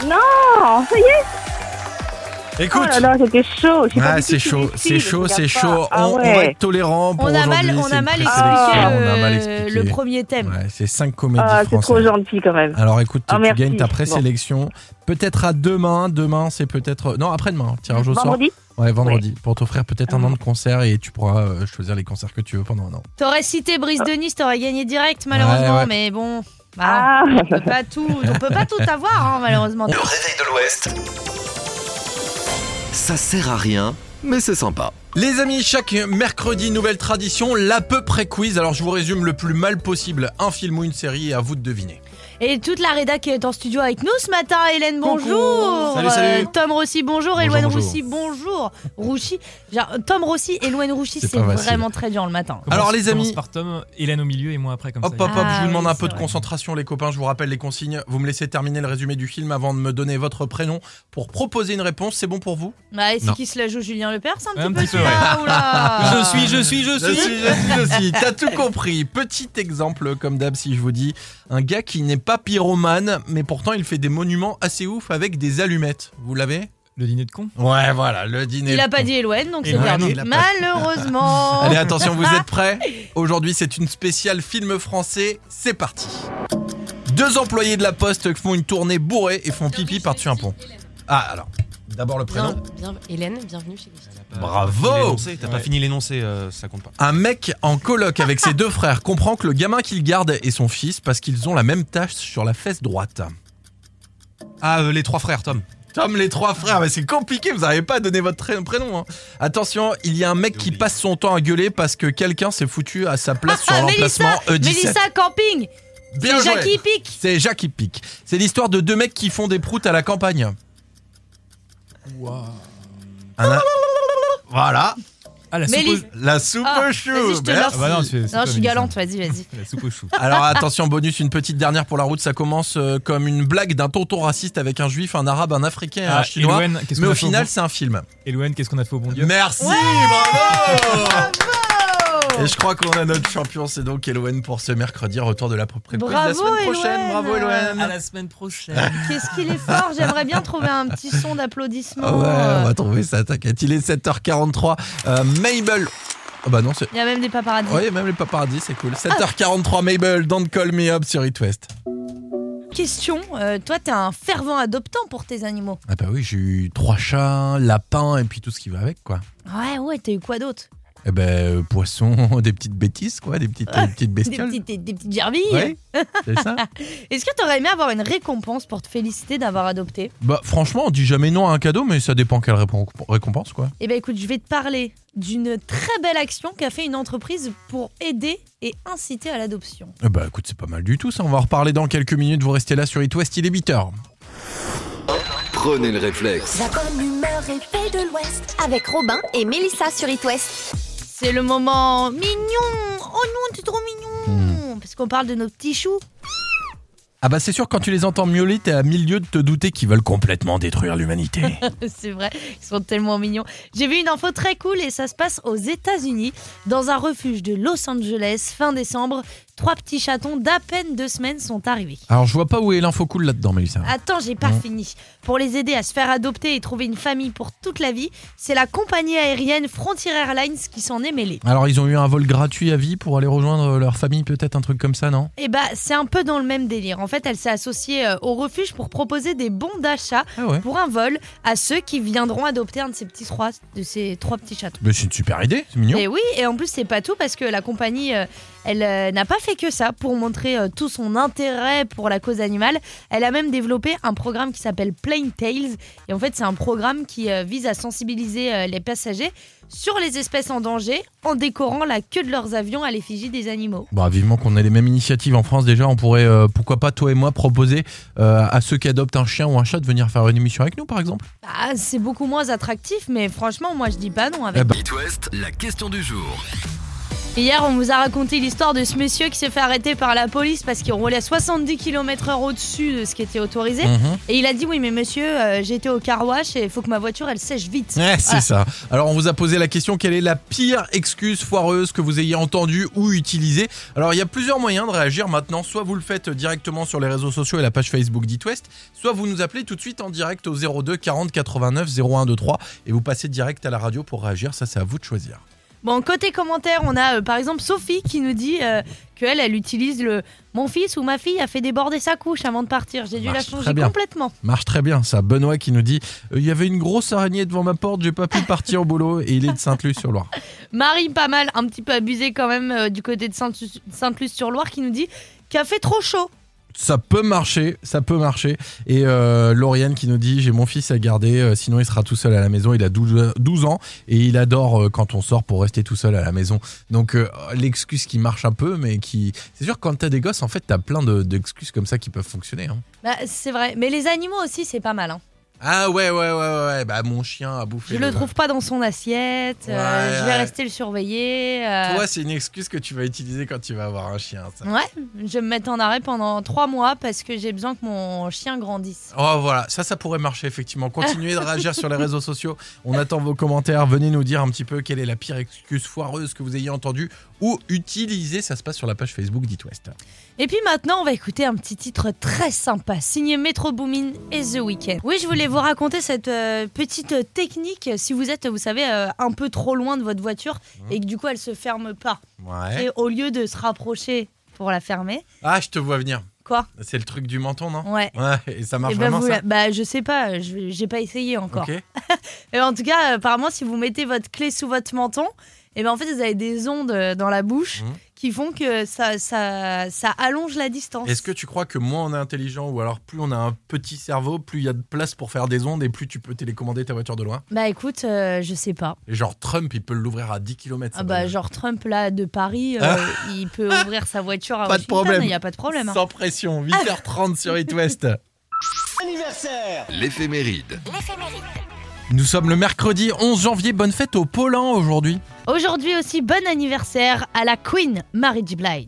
[SPEAKER 9] Non, ça y est.
[SPEAKER 4] Écoute,
[SPEAKER 9] oh là là, c'était chaud. J'ai pas
[SPEAKER 4] Ah,
[SPEAKER 9] du tout
[SPEAKER 4] c'est chaud,
[SPEAKER 9] suivi,
[SPEAKER 4] c'est chaud,
[SPEAKER 9] les gars.
[SPEAKER 4] c'est chaud.
[SPEAKER 9] Ah
[SPEAKER 4] on, on va
[SPEAKER 9] ouais.
[SPEAKER 4] être tolérant pour
[SPEAKER 5] On a mal,
[SPEAKER 4] aujourd'hui,
[SPEAKER 5] on
[SPEAKER 4] c'est
[SPEAKER 5] a
[SPEAKER 4] une
[SPEAKER 5] mal expliqué,
[SPEAKER 4] présélection,
[SPEAKER 5] euh, le-
[SPEAKER 4] on a mal expliqué.
[SPEAKER 5] le premier thème.
[SPEAKER 4] Ouais, c'est cinq comédies
[SPEAKER 9] Ah, c'est trop
[SPEAKER 4] françaises.
[SPEAKER 9] gentil quand même.
[SPEAKER 4] Alors écoute,
[SPEAKER 9] Ah,
[SPEAKER 4] tu
[SPEAKER 9] merci.
[SPEAKER 4] gagnes ta
[SPEAKER 9] Bon.
[SPEAKER 4] présélection. Peut-être à demain. Demain, c'est peut-être. Non, après-demain. Tirage au sort.
[SPEAKER 9] Vendredi
[SPEAKER 4] Ouais, vendredi. Pour t'offrir peut-être un an de concert et tu pourras euh, choisir les concerts que tu veux pendant un an.
[SPEAKER 5] T'aurais cité Brice
[SPEAKER 9] Ah.
[SPEAKER 5] de Nice, t'aurais gagné direct malheureusement,
[SPEAKER 4] Ouais, ouais.
[SPEAKER 5] mais bon, bah,
[SPEAKER 9] Ah,
[SPEAKER 5] on peut pas tout, on peut pas tout avoir hein, malheureusement.
[SPEAKER 1] Le réveil de l'Ouest. Ça sert à rien, mais c'est sympa.
[SPEAKER 4] Les amis, chaque mercredi, nouvelle tradition, l'à peu près quiz. Alors je vous résume le plus mal possible un film ou une série et à vous de deviner.
[SPEAKER 5] Et toute la réda qui est en studio avec nous ce matin, Hélène, bonjour. Euh,
[SPEAKER 4] Salut, salut.
[SPEAKER 5] Tom Rossi, bonjour.
[SPEAKER 4] Bonjour,
[SPEAKER 5] Éloine
[SPEAKER 4] bonjour.
[SPEAKER 5] Roussy, bonjour. Rouchy, genre, Tom Rossi, Éloine Rouchy,
[SPEAKER 4] C'est
[SPEAKER 5] c'est
[SPEAKER 4] pas facile.
[SPEAKER 5] vraiment très dur le matin.
[SPEAKER 4] Alors, les amis-
[SPEAKER 11] commence par Tom, Hélène au milieu et moi après comme
[SPEAKER 4] Hop,
[SPEAKER 11] ça.
[SPEAKER 4] hop, hop,
[SPEAKER 5] Ah
[SPEAKER 4] je vous
[SPEAKER 5] oui,
[SPEAKER 4] demande un
[SPEAKER 5] c'est
[SPEAKER 4] peu de
[SPEAKER 5] vrai.
[SPEAKER 4] concentration, les copains. Je vous rappelle les consignes. Vous me laissez terminer le résumé du film avant de me donner votre prénom pour proposer une réponse. C'est bon pour vous
[SPEAKER 5] Ouais,
[SPEAKER 4] Non.
[SPEAKER 5] Bah, c'est qui se la joue Julien Lepers un petit
[SPEAKER 11] Un
[SPEAKER 5] peu,
[SPEAKER 11] petit peu,
[SPEAKER 5] celui-là, oula.
[SPEAKER 11] Je suis, je suis, je
[SPEAKER 4] Ah. Je
[SPEAKER 11] suis.
[SPEAKER 4] suis, je suis, je suis. T'as tout compris. Petit exemple, comme d'hab, si je vous dis un gars qui n'est pas pyromane, mais pourtant il fait des monuments assez ouf avec des allumettes. Vous l'avez
[SPEAKER 11] Le dîner de con.
[SPEAKER 4] Ouais, voilà, le dîner.
[SPEAKER 5] Il a pas dit Éloine, donc c'est
[SPEAKER 11] Éloigne,
[SPEAKER 5] perdu.
[SPEAKER 4] il a pas-
[SPEAKER 5] Malheureusement.
[SPEAKER 4] Allez, attention, vous êtes prêts Aujourd'hui, c'est une spéciale film français. C'est parti. Deux employés de la Poste font une tournée bourrée et font pipi par-dessus un pont. Ah, alors, d'abord le prénom.
[SPEAKER 12] Hélène, bienvenue chez
[SPEAKER 3] Bah,
[SPEAKER 12] nous.
[SPEAKER 4] Bravo
[SPEAKER 13] T'as pas fini l'énoncé, euh, ça compte pas.
[SPEAKER 4] Un mec en coloc avec ses deux frères comprend que le gamin qu'il garde est son fils parce qu'ils ont la même tache sur la fesse droite. Ah, euh, les trois frères, Tom. Tom, les trois frères, mais c'est compliqué, vous n'arrivez pas à donner votre tra- prénom. hein. Attention, il y a un mec qui passe son temps à gueuluer parce que quelqu'un s'est foutu à sa place sur l'emplacement
[SPEAKER 5] Ah, Mélissa,
[SPEAKER 4] E17.
[SPEAKER 5] Mélissa Camping.
[SPEAKER 4] Bien
[SPEAKER 5] c'est
[SPEAKER 4] joué.
[SPEAKER 5] Jackie Pic.
[SPEAKER 4] C'est Jacques qui pique. C'est l'histoire de deux mecs qui font des proutes à la campagne. Un- Voilà.
[SPEAKER 11] Ah, la
[SPEAKER 5] Mélis-
[SPEAKER 11] soupe.
[SPEAKER 4] La soupe
[SPEAKER 5] Ah,
[SPEAKER 4] au chou.
[SPEAKER 5] vas-y, je te
[SPEAKER 4] Merde.
[SPEAKER 5] lance.
[SPEAKER 11] bah non, c'est- c'est
[SPEAKER 5] non,
[SPEAKER 11] pas
[SPEAKER 5] je suis
[SPEAKER 11] Mélissa.
[SPEAKER 5] galante, vas-y, vas-y.
[SPEAKER 11] La soupe au chou.
[SPEAKER 3] Ah,
[SPEAKER 4] Alors attention, bonus, une petite dernière pour la route. Ça commence euh, comme une blague d'un tonton raciste avec un juif, un arabe, un africain et un
[SPEAKER 11] Ah,
[SPEAKER 4] chinois.
[SPEAKER 11] Eloane, qu'est-ce
[SPEAKER 4] mais
[SPEAKER 11] qu'on
[SPEAKER 4] au
[SPEAKER 11] a fait au
[SPEAKER 4] final,
[SPEAKER 11] bout
[SPEAKER 4] c'est un film.
[SPEAKER 11] Hélène, qu'est-ce qu'on a
[SPEAKER 3] Ah,
[SPEAKER 11] fait au bon Dieu
[SPEAKER 4] Merci, bravo Et je crois qu'on a notre champion, c'est donc Eloane pour ce mercredi. Retour de la propriété la
[SPEAKER 5] Bravo,
[SPEAKER 4] semaine prochaine.
[SPEAKER 5] Eloane.
[SPEAKER 4] Bravo, Eloane.
[SPEAKER 11] À la semaine prochaine.
[SPEAKER 5] Qu'est-ce qu'il est fort, j'aimerais bien trouver un petit son d'applaudissement.
[SPEAKER 4] Ah ouais, on
[SPEAKER 5] Euh,
[SPEAKER 4] va trouver ça, t'inquiète. Il est 7h43. Euh, Mabel. Ah bah non, c'est.
[SPEAKER 5] Il y a même des paparazzi.
[SPEAKER 4] Oui, même les paparazzi, c'est cool. 7h43, Mabel, don't call me up sur It West.
[SPEAKER 5] Question, euh, toi, t'es un fervent adoptant pour tes animaux.
[SPEAKER 4] Ah bah oui, j'ai eu trois chats, lapins et puis tout ce qui va avec, quoi.
[SPEAKER 5] Ouais, ouais, t'as eu quoi d'autre
[SPEAKER 4] Eh ben, euh, poisson, des petites bêtises, quoi, des petites, euh, petites
[SPEAKER 5] des
[SPEAKER 4] bestioles.
[SPEAKER 5] petites, des, des petites gerbilles
[SPEAKER 4] Ouais, c'est ça.
[SPEAKER 5] Est-ce que t'aurais aimé avoir une récompense pour te féliciter d'avoir adopté
[SPEAKER 4] Bah, franchement, on dit jamais non à un cadeau, mais ça dépend quelle répo- récompense, quoi.
[SPEAKER 5] Eh ben écoute, je vais te parler d'une très belle action qu'a fait une entreprise pour aider et inciter à l'adoption.
[SPEAKER 4] Eh ben, écoute, c'est pas mal du tout, ça. On va en reparler dans quelques minutes. Vous restez là sur It West, il est 8h.
[SPEAKER 1] Prenez le réflexe.
[SPEAKER 7] La bonne humeur et paix de l'Ouest avec Robin et Mélissa sur It West.
[SPEAKER 5] C'est le moment mignon Oh non, t'es trop mignon Parce qu'on parle de nos petits choux.
[SPEAKER 4] Ah bah, c'est sûr, quand tu les entends miauler, t'es à mille lieues de te douter qu'ils veulent complètement détruire l'humanité.
[SPEAKER 5] C'est vrai, ils sont tellement mignons. J'ai vu une info très cool et ça se passe aux États-Unis, dans un refuge de Los Angeles, fin décembre. Trois petits chatons d'à peine deux semaines sont arrivés.
[SPEAKER 4] Alors, je vois pas où est l'info cool là-dedans, Mélissa.
[SPEAKER 5] Attends, j'ai pas
[SPEAKER 4] Non.
[SPEAKER 5] fini. Pour les aider à se faire adopter et trouver une famille pour toute la vie, c'est la compagnie aérienne Frontier Airlines qui s'en est mêlée.
[SPEAKER 4] Alors, ils ont eu un vol gratuit à vie pour aller rejoindre euh, leur famille, peut-être un truc comme ça, non
[SPEAKER 5] Eh bah, c'est un peu dans le même délire. En fait, elle s'est associée euh, au refuge pour proposer des bons d'achat
[SPEAKER 4] Ah ouais.
[SPEAKER 5] pour un vol à ceux qui viendront adopter un de ces petits trois, de ces trois petits chatons.
[SPEAKER 4] Mais c'est une super idée, c'est mignon.
[SPEAKER 5] Et oui, et en plus, c'est pas tout parce que la compagnie, euh, elle euh, n'a pas fait que ça pour montrer euh, tout son intérêt pour la cause animale. Elle a même développé un programme qui s'appelle Plain Tales. Et en fait, c'est un programme qui euh, vise à sensibiliser euh, les passagers sur les espèces en danger en décorant la queue de leurs avions à l'effigie des animaux.
[SPEAKER 4] Bah, vivement qu'on ait les mêmes initiatives en France déjà, on pourrait, euh, pourquoi pas toi et moi, proposer euh, à ceux qui adoptent un chien ou un chat de venir faire une émission avec nous, par exemple.
[SPEAKER 5] Bah, c'est beaucoup moins attractif, mais franchement, moi, je dis pas non avec.
[SPEAKER 4] Eh ben,
[SPEAKER 1] It West, la question du jour.
[SPEAKER 5] Hier, on vous a raconté l'histoire de ce monsieur qui s'est fait arrêter par la police parce qu'il roulait à 70 km/h au-dessus de ce qui était autorisé.
[SPEAKER 4] mhm.
[SPEAKER 5] Et il a dit oui mais monsieur euh, j'étais au car wash et il faut que ma voiture elle sèche vite.
[SPEAKER 4] Ouais, Eh, c'est ça.
[SPEAKER 5] Voilà.
[SPEAKER 4] Alors, on vous a posé la question quelle est la pire excuse foireuse que vous ayez entendue ou utilisée Alors, il y a plusieurs moyens de réagir maintenant. Soit vous le faites directement sur les réseaux sociaux et la page Facebook d'It West, soit vous nous appelez tout de suite en direct au 02 40 89 01 23 et vous passez direct à la radio pour réagir. Ça, c'est à vous de choisir.
[SPEAKER 5] Bon côté commentaire on a euh, par exemple Sophie qui nous dit euh, qu'elle elle utilise le mon fils ou ma fille a fait déborder sa couche avant de partir j'ai dû
[SPEAKER 4] Marche
[SPEAKER 5] la
[SPEAKER 4] très
[SPEAKER 5] changer
[SPEAKER 4] bien.
[SPEAKER 5] complètement.
[SPEAKER 4] Marche très bien, ça. Benoît qui nous dit euh, Il y avait une grosse araignée devant ma porte, j'ai pas pu partir au boulot. Et il est de Sainte-Luce-sur-Loire.
[SPEAKER 5] Marie pas mal un petit peu abusée quand même euh, du côté de Saint- Sainte-Luce-sur-Loire qui nous dit qu'il a fait trop chaud.
[SPEAKER 4] ça peut marcher, ça peut marcher. Et euh, Lauriane qui nous dit J'ai mon fils à garder, euh, sinon il sera tout seul à la maison. Il a 12, 12 ans et il adore euh, quand on sort pour rester tout seul à la maison. Donc euh, l'excuse qui marche un peu, mais qui. C'est sûr, quand t'as des gosses, en fait, t'as plein de- d'excuses comme ça qui peuvent fonctionner. hein.
[SPEAKER 5] Bah, c'est vrai. Mais les animaux aussi, c'est pas mal. hein.
[SPEAKER 4] Ah ouais, ouais, ouais, ouais, ouais, bah mon chien a bouffé.
[SPEAKER 5] Je le trouve pas dans son assiette. euh,
[SPEAKER 4] Ouais,
[SPEAKER 5] je vais
[SPEAKER 4] ouais.
[SPEAKER 5] rester le surveiller. euh,
[SPEAKER 4] Toi, c'est une excuse que tu vas utiliser quand tu vas avoir un chien, ça.
[SPEAKER 5] ouais, je vais me mettre en arrêt pendant trois mois parce que j'ai besoin que mon chien grandisse.
[SPEAKER 4] Oh voilà, ça ça pourrait marcher effectivement. Continuez de réagir sur les réseaux sociaux. On attend vos commentaires. Venez nous dire un petit peu quelle est la pire excuse foireuse que vous ayez entendue ou utilisée. Ça se passe sur la page Facebook d'It West.
[SPEAKER 5] Et puis maintenant, on va écouter un petit titre très sympa, signé Metro Boomin et The Weeknd. Oui, je voulais vous raconter cette euh, petite euh, technique si vous êtes, vous savez, euh, un peu trop loin de votre voiture
[SPEAKER 4] Hein
[SPEAKER 5] et que du coup, elle se ferme pas. Et
[SPEAKER 4] Ouais.
[SPEAKER 5] au lieu de se rapprocher pour la fermer,
[SPEAKER 4] Ah, je te vois venir.
[SPEAKER 5] quoi
[SPEAKER 4] C'est le truc du menton, non
[SPEAKER 5] Ouais.
[SPEAKER 4] et ça Oh, marche
[SPEAKER 5] Eh ben,
[SPEAKER 4] vraiment
[SPEAKER 5] vous
[SPEAKER 4] ça.
[SPEAKER 5] la- Bah, je sais pas, je- j'ai pas essayé encore.
[SPEAKER 4] Ok.
[SPEAKER 5] Et en tout cas, euh, apparemment, si vous mettez votre clé sous votre menton, et ben en fait, vous avez des ondes euh, dans la bouche
[SPEAKER 4] Mhm.
[SPEAKER 5] qui font que ça, ça, ça allonge la distance.
[SPEAKER 4] Est-ce que tu crois que moins on est intelligent ou alors plus on a un petit cerveau, plus il y a de place pour faire des ondes et plus tu peux télécommander ta voiture de loin
[SPEAKER 5] Bah écoute, euh, je sais pas.
[SPEAKER 4] Et genre Trump, il peut l'ouvrir à 10 km.
[SPEAKER 5] Ah bah genre Trump là de Paris, euh,
[SPEAKER 4] Ah.
[SPEAKER 5] il peut ouvrir sa voiture
[SPEAKER 4] Pas
[SPEAKER 5] à
[SPEAKER 4] de
[SPEAKER 5] Washington,
[SPEAKER 4] problème.
[SPEAKER 5] il y a pas de problème. hein.
[SPEAKER 4] Sans pression, 8h30 sur It West.
[SPEAKER 2] Anniversaire
[SPEAKER 1] L'éphéméride.
[SPEAKER 4] Nous sommes le mercredi 11 janvier. Bonne fête au Pollan aujourd'hui.
[SPEAKER 5] Aujourd'hui aussi, bon anniversaire à la Queen Mary J. Blige.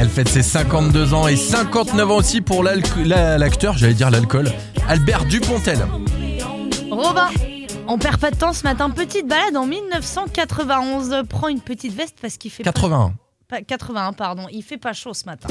[SPEAKER 4] Elle fête ses 52 ans et 59 ans aussi pour l'alco- la- l'acteur, j'allais dire l'alcool, Albert Dupontel.
[SPEAKER 5] Robin, on perd pas de temps ce matin, petite balade en 1991. Prends une petite veste parce qu'il fait pas-
[SPEAKER 4] 81.
[SPEAKER 5] pas- 81 pardon, il fait pas chaud ce matin.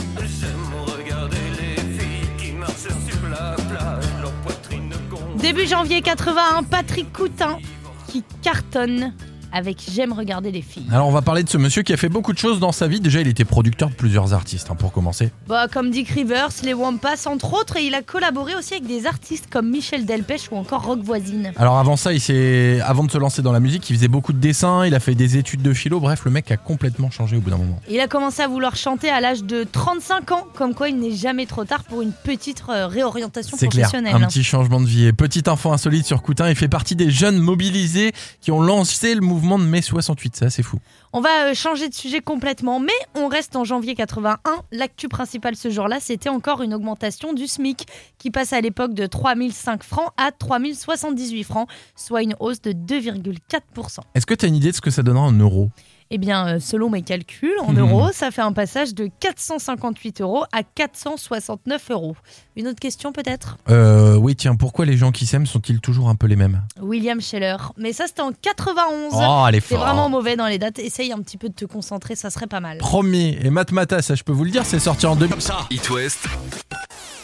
[SPEAKER 5] Début janvier 81, Patrick Coutin qui cartonne avec J'aime regarder les filles.
[SPEAKER 4] Alors on va parler de ce monsieur qui a fait beaucoup de choses dans sa vie. Déjà, il était producteur de plusieurs artistes, hein, pour commencer.
[SPEAKER 5] Bah, comme Dick Rivers, les Wampas entre autres, et il a collaboré aussi avec des artistes comme Michel Delpech ou encore Rock Voisine.
[SPEAKER 4] Alors avant ça, il s'est, avant de se lancer dans la musique, il faisait beaucoup de dessins, il a fait des études de philo. Bref, le mec a complètement changé au bout d'un moment.
[SPEAKER 5] Il a commencé à vouloir chanter à l'âge de 35 ans, comme quoi il n'est jamais trop tard pour une petite euh, réorientation
[SPEAKER 4] C'est clair,
[SPEAKER 5] professionnelle.
[SPEAKER 4] un petit changement de vie. Et petite info insolite sur Coutin, il fait partie des jeunes mobilisés qui ont lancé le mouvement de mai 68. Ça, c'est fou.
[SPEAKER 5] On va euh, changer de sujet complètement, mais on reste en janvier 81. L'actu principale ce jour-là, c'était encore une augmentation du SMIC, qui passe à l'époque de 3005 francs à 3078 francs, soit une hausse de 2,4%.
[SPEAKER 4] Est-ce que tu as une idée de ce que ça donnera en euros
[SPEAKER 5] Eh bien, euh, selon mes calculs, en
[SPEAKER 4] Mhm.
[SPEAKER 5] euros, ça fait un passage de 458 euros à 469 euros. Une autre question peut-être
[SPEAKER 4] Euh, oui, tiens, pourquoi les gens qui s'aiment sont-ils toujours un peu les mêmes
[SPEAKER 5] William Scheller. Mais ça, c'était en 91.
[SPEAKER 4] Oh, elle est
[SPEAKER 5] C'est
[SPEAKER 4] forte.
[SPEAKER 5] vraiment mauvais dans les dates. Essaye un petit peu de te concentrer, ça serait pas mal.
[SPEAKER 4] Euh. Promis, et Matmata, ça je peux vous le dire, c'est sorti en 2000.
[SPEAKER 1] It West.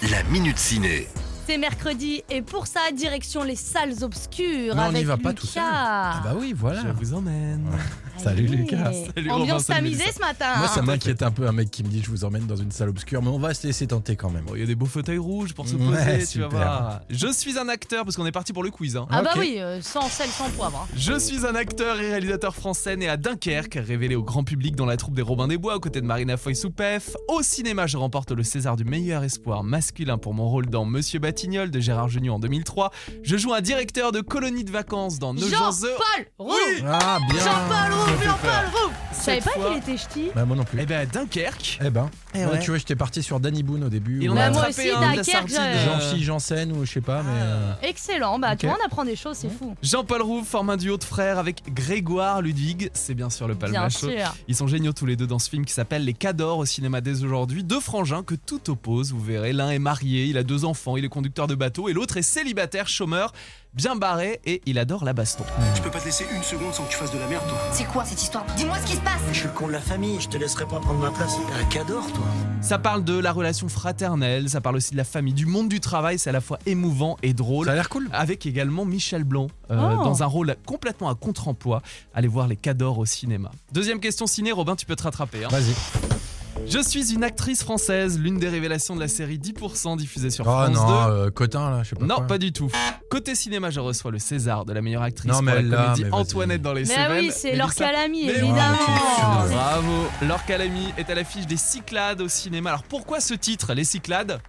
[SPEAKER 1] La minute ciné.
[SPEAKER 5] C'est mercredi et pour ça, direction les salles obscures.
[SPEAKER 4] Mais on n'y
[SPEAKER 5] avec
[SPEAKER 4] va pas
[SPEAKER 5] Lucas.
[SPEAKER 4] tout seul. Ah bah oui, voilà.
[SPEAKER 3] Je vous emmène.
[SPEAKER 4] Salut Lucas.
[SPEAKER 5] Et
[SPEAKER 3] Salut, Robin,
[SPEAKER 5] Ambiance
[SPEAKER 3] salut,
[SPEAKER 5] amusée
[SPEAKER 3] Mélissa.
[SPEAKER 5] ce matin.
[SPEAKER 4] Moi,
[SPEAKER 5] hein.
[SPEAKER 4] ça m'inquiète un peu, un mec qui me dit je vous emmène dans une salle obscure, mais on va se laisser tenter quand même.
[SPEAKER 3] Bon, il y a des beaux fauteuils rouges pour se poser,
[SPEAKER 4] Ouais,
[SPEAKER 3] tu vas
[SPEAKER 4] super.
[SPEAKER 3] voir. Je suis un acteur, parce qu'on est parti pour le quiz. hein.
[SPEAKER 5] Ah bah oui, euh, sans sel, sans poivre. hein.
[SPEAKER 3] Je suis un acteur et réalisateur français né à Dunkerque, révélé au grand public dans la troupe des Robins des Bois aux côtés de Marina Foy-Soupef. Au cinéma, je remporte le César du meilleur espoir masculin pour mon rôle dans Monsieur Batignol de Gérard Jugnot en 2003. Je joue un directeur de colonie de vacances dans Nos gens heureux.
[SPEAKER 5] Jean-Paul Roux
[SPEAKER 3] Oui.
[SPEAKER 4] Ah bien
[SPEAKER 5] Jean-Paul
[SPEAKER 4] Ça
[SPEAKER 5] Roux
[SPEAKER 4] fait
[SPEAKER 5] Jean-Paul
[SPEAKER 4] peur.
[SPEAKER 5] Roux Je savais
[SPEAKER 3] Cette
[SPEAKER 5] pas
[SPEAKER 3] fois-
[SPEAKER 5] qu'il était ch'ti.
[SPEAKER 4] Bah moi non plus.
[SPEAKER 3] Eh ben, Dunkerque.
[SPEAKER 4] Eh ben,
[SPEAKER 3] Eh
[SPEAKER 4] moi,
[SPEAKER 3] ouais.
[SPEAKER 4] tu vois, j'étais parti sur Danny Boone au début.
[SPEAKER 3] Il
[SPEAKER 4] ou,
[SPEAKER 3] en a
[SPEAKER 4] euh,
[SPEAKER 5] Bah, moi
[SPEAKER 3] attrapé
[SPEAKER 5] aussi,
[SPEAKER 3] un de la
[SPEAKER 5] Dunkerque,
[SPEAKER 3] sardine.
[SPEAKER 5] j'ai-
[SPEAKER 4] Jean-Phi Janssen ou je sais pas, mais. euh,
[SPEAKER 5] Excellent, bah tu
[SPEAKER 4] Ok.
[SPEAKER 5] vois, on apprend des choses, c'est fou.
[SPEAKER 3] Jean-Paul Rouve forme un duo de frères avec Grégoire Ludwig, c'est bien sûr le
[SPEAKER 5] Bien
[SPEAKER 3] palmacho.
[SPEAKER 5] sûr.
[SPEAKER 3] Ils sont géniaux tous les deux dans ce film qui s'appelle Les Cadors au cinéma dès aujourd'hui. Deux frangins que tout oppose, vous verrez. L'un est marié, il a deux enfants, il est conducteur de bateau et l'autre est célibataire, chômeur, bien barré et il adore la baston.
[SPEAKER 6] Je peux pas te laisser une seconde sans que tu fasses de la merde, toi.
[SPEAKER 10] C'est quoi cette histoire Dis-moi ce qui se passe
[SPEAKER 6] Je suis le con de la famille, je te laisserai pas prendre ma place. T'es un cador, toi.
[SPEAKER 3] Ça parle de la relation fraternelle, ça parle aussi de la famille, du monde du travail, c'est à la fois émouvant et drôle.
[SPEAKER 4] Ça a l'air cool.
[SPEAKER 3] Avec également Michel Blanc euh,
[SPEAKER 5] Oh.
[SPEAKER 3] dans un rôle complètement à contre-emploi. Allez voir Les Cadors au cinéma. Deuxième question ciné, Robin, tu peux te rattraper. hein.
[SPEAKER 4] Vas-y.
[SPEAKER 3] Je suis une actrice française, l'une des révélations de la série 10% diffusée sur
[SPEAKER 4] Oh
[SPEAKER 3] France
[SPEAKER 4] non,
[SPEAKER 3] 2.
[SPEAKER 4] euh, Cotin là, je sais pas.
[SPEAKER 3] Non,
[SPEAKER 4] quoi.
[SPEAKER 3] pas du tout. Côté cinéma, je reçois le César de la meilleure actrice
[SPEAKER 4] Non, mais
[SPEAKER 3] pour la
[SPEAKER 4] là,
[SPEAKER 3] comédie
[SPEAKER 4] mais vas-y.
[SPEAKER 3] Antoinette dans les
[SPEAKER 5] Mais ah
[SPEAKER 3] Cévennes.
[SPEAKER 5] oui, c'est Laure
[SPEAKER 3] Mélissa.
[SPEAKER 5] Calami,
[SPEAKER 3] Mais oui.
[SPEAKER 5] évidemment.
[SPEAKER 3] Bravo. Laure Calami est à l'affiche des Cyclades au cinéma. Alors pourquoi ce titre, les Cyclades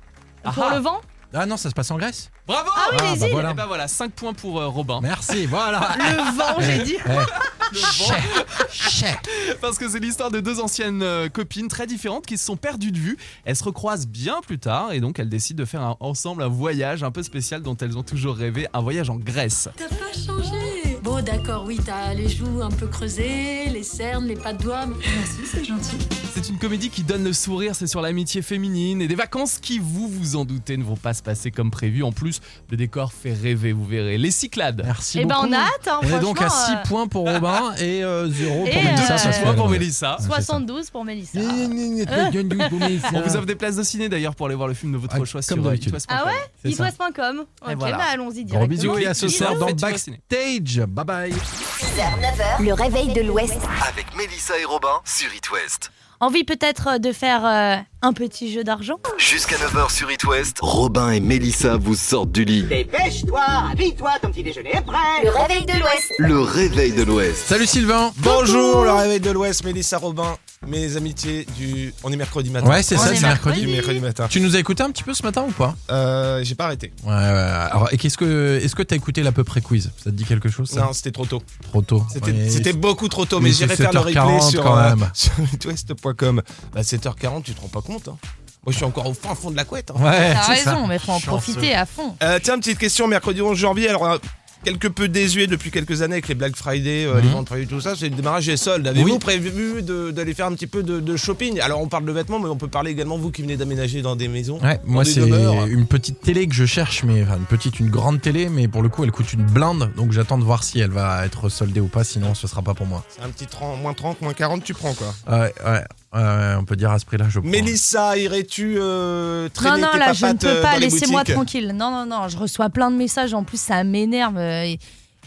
[SPEAKER 5] Pour
[SPEAKER 3] Ah,
[SPEAKER 5] le vent
[SPEAKER 4] Ah non, ça se passe en Grèce
[SPEAKER 3] Bravo
[SPEAKER 5] Ah oui, les
[SPEAKER 3] bah
[SPEAKER 5] îles.
[SPEAKER 3] voilà. Eh ben voilà, 5 points pour euh, Robin.
[SPEAKER 4] Oh. Merci, voilà. Eh,
[SPEAKER 5] Le vent, j'ai dit.
[SPEAKER 3] Le vent. Parce que c'est l'histoire de deux anciennes euh, copines très différentes qui se sont perdues de vue. Elles se recroisent bien plus tard et donc elles décident de faire un- ensemble un voyage un peu spécial dont elles ont toujours rêvé, un voyage en Grèce.
[SPEAKER 8] T'as pas changé Bon, d'accord, oui, t'as les joues un peu creusées, les cernes, les pas de doigts. mais-
[SPEAKER 4] Ah,
[SPEAKER 8] Merci, c'est gentil.
[SPEAKER 3] C'est une comédie qui donne le sourire, c'est sur l'amitié féminine et des vacances qui, vous vous en doutez, ne vont pas se passer comme prévu. En plus, le décor fait rêver, vous verrez. Les Cyclades.
[SPEAKER 4] Merci
[SPEAKER 5] Eh ben,
[SPEAKER 4] beaucoup.
[SPEAKER 5] on a hâte, hein,
[SPEAKER 4] On est donc à
[SPEAKER 5] franchement,
[SPEAKER 4] 6
[SPEAKER 5] euh.
[SPEAKER 4] points Ah, pour Robin et 0
[SPEAKER 5] Et,
[SPEAKER 4] pour Mélissa.
[SPEAKER 5] euh,
[SPEAKER 4] parce
[SPEAKER 5] Six
[SPEAKER 4] que-
[SPEAKER 3] points pour Mélissa.
[SPEAKER 4] Ouais, c'est ça.
[SPEAKER 5] 72 pour Mélissa.
[SPEAKER 3] On vous offre des places de ciné d'ailleurs pour aller voir le film de votre choix sur
[SPEAKER 4] Euh, comme
[SPEAKER 3] euh,
[SPEAKER 4] d'habitude.
[SPEAKER 3] itwest.com.
[SPEAKER 5] Ah
[SPEAKER 4] C'est
[SPEAKER 5] ouais
[SPEAKER 4] ça.
[SPEAKER 5] Itwest.com. Ok,
[SPEAKER 3] voilà.
[SPEAKER 5] bah allons-y
[SPEAKER 4] Gros
[SPEAKER 5] directement.
[SPEAKER 4] bisous et à ce
[SPEAKER 3] Bisous.
[SPEAKER 4] soir dans
[SPEAKER 3] Faites-vous vacciner.
[SPEAKER 4] Backstage. Bye bye.
[SPEAKER 7] 9h, le réveil de l'Ouest.
[SPEAKER 1] Avec Mélissa et Robin sur It West.
[SPEAKER 5] Envie peut-être de faire euh, un petit jeu d'argent
[SPEAKER 1] Jusqu'à 9h sur It West, Robin et Mélissa vous sortent du lit.
[SPEAKER 2] Dépêche-toi, habille-toi, ton petit déjeuner est prêt.
[SPEAKER 7] Le réveil de l'Ouest.
[SPEAKER 1] Le réveil de l'Ouest.
[SPEAKER 4] Salut Sylvain.
[SPEAKER 14] Bonjour, le réveil de l'Ouest, Mélissa Robin, mes amitiés du. On est mercredi matin.
[SPEAKER 4] Ouais, c'est On ça, est c'est mercredi. mercredi.
[SPEAKER 14] Du mercredi matin.
[SPEAKER 4] Tu nous as écouté un petit peu ce matin ou pas
[SPEAKER 14] Euh, j'ai pas arrêté.
[SPEAKER 4] Ouais, ouais. Alors, et qu'est-ce que, est-ce que t'as écouté l'à peu près quiz Ça te dit quelque chose ça
[SPEAKER 14] Non, c'était trop tôt.
[SPEAKER 4] Trop tôt.
[SPEAKER 14] C'était,
[SPEAKER 4] Ouais.
[SPEAKER 14] c'était beaucoup trop tôt, mais,
[SPEAKER 4] Mais
[SPEAKER 14] j'irai
[SPEAKER 4] c'est
[SPEAKER 14] faire le replay
[SPEAKER 4] 7h40
[SPEAKER 14] sur,
[SPEAKER 4] quand
[SPEAKER 14] euh,
[SPEAKER 4] même.
[SPEAKER 14] sur itwest.com. Bah, 7h40, tu te rends pas compte. hein. Moi, je suis encore au fin fond de la couette. hein.
[SPEAKER 4] Ouais,
[SPEAKER 12] T'as raison, mais faut en profiter à fond.
[SPEAKER 14] Euh, tiens, petite question, mercredi 11 janvier. Alors, euh, quelque peu désuet depuis quelques années avec les Black Friday, euh, les
[SPEAKER 4] Mhm.
[SPEAKER 14] ventes Friday, tout ça, c'est le démarrage des soldes. Avez-vous
[SPEAKER 4] Oui.
[SPEAKER 14] prévu de- d'aller faire un petit peu de, de shopping Alors, on parle de vêtements, mais on peut parler également, vous qui venez d'aménager dans des maisons.
[SPEAKER 4] Ouais,
[SPEAKER 14] dans
[SPEAKER 4] moi
[SPEAKER 14] des
[SPEAKER 4] c'est
[SPEAKER 14] demeures.
[SPEAKER 4] une petite télé que je cherche, mais enfin une petite, une grande télé, mais pour le coup elle coûte une blinde, donc j'attends de voir si elle va être soldée ou pas, sinon ce sera pas pour moi.
[SPEAKER 14] C'est un petit 30, moins 30, moins 40, tu prends quoi.
[SPEAKER 4] Ouais, ouais, ouais, ouais, on peut dire à ce prix-là, je prends.
[SPEAKER 14] Mélissa, irais-tu euh,
[SPEAKER 5] Non,
[SPEAKER 14] traîner
[SPEAKER 5] non,
[SPEAKER 14] tes
[SPEAKER 5] là,
[SPEAKER 14] papates
[SPEAKER 5] je ne peux
[SPEAKER 14] euh,
[SPEAKER 5] pas,
[SPEAKER 14] dans les
[SPEAKER 5] laissez-moi
[SPEAKER 14] boutiques
[SPEAKER 5] tranquille. Non, non, non, je reçois plein de messages, en plus, ça m'énerve. euh, et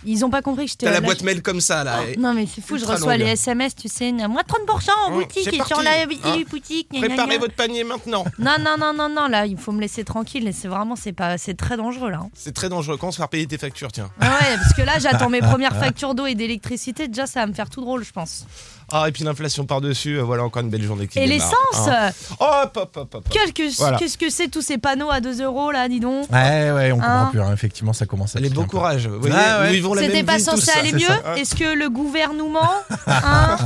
[SPEAKER 5] Ils ont pas compris que j'étais
[SPEAKER 14] T'as la
[SPEAKER 5] là,
[SPEAKER 14] boîte
[SPEAKER 5] je- Oh,
[SPEAKER 14] mail comme ça là.
[SPEAKER 5] Non, mais c'est fou, je
[SPEAKER 14] ultra
[SPEAKER 5] reçois
[SPEAKER 14] longue.
[SPEAKER 5] les SMS, tu sais, moins 30% en
[SPEAKER 14] Hum,
[SPEAKER 5] boutique,
[SPEAKER 14] c'est
[SPEAKER 5] et sur
[SPEAKER 14] parti,
[SPEAKER 5] la
[SPEAKER 14] hein.
[SPEAKER 5] boutique. gna, gna, gna.
[SPEAKER 14] Préparez votre panier maintenant.
[SPEAKER 5] Non, non, non, non, non, là, il faut me laisser tranquille, et c'est vraiment, c'est pas, c'est très dangereux, là. hein.
[SPEAKER 14] C'est très dangereux. Quand on se faire payer tes factures, tiens.
[SPEAKER 5] Ah ouais, parce que là, j'attends mes premières factures d'eau et d'électricité, déjà, ça va me faire tout drôle, je pense.
[SPEAKER 14] Ah, et puis l'inflation par-dessus, euh, voilà encore une belle journée qui
[SPEAKER 5] et
[SPEAKER 14] démarre,
[SPEAKER 5] l'essence
[SPEAKER 14] hein.
[SPEAKER 5] euh,
[SPEAKER 14] Hop, hop, hop, hop.
[SPEAKER 5] Qu'est-ce que
[SPEAKER 14] Voilà.
[SPEAKER 5] qu'est-ce que c'est tous ces panneaux à 2 euros, là, dis donc
[SPEAKER 4] Ouais, ouais, on comprend
[SPEAKER 5] Hein
[SPEAKER 4] plus, hein, effectivement ça commence à
[SPEAKER 14] Allez,
[SPEAKER 4] piquer
[SPEAKER 14] bon
[SPEAKER 4] un peu.
[SPEAKER 14] courage. Vous voyez,
[SPEAKER 4] Ah ouais.
[SPEAKER 14] nous vivons la
[SPEAKER 5] C'était
[SPEAKER 14] même
[SPEAKER 5] pas
[SPEAKER 14] vie,
[SPEAKER 5] censé
[SPEAKER 14] tous.
[SPEAKER 5] aller
[SPEAKER 4] c'est
[SPEAKER 5] mieux
[SPEAKER 4] ça.
[SPEAKER 5] Est-ce que le gouvernement hein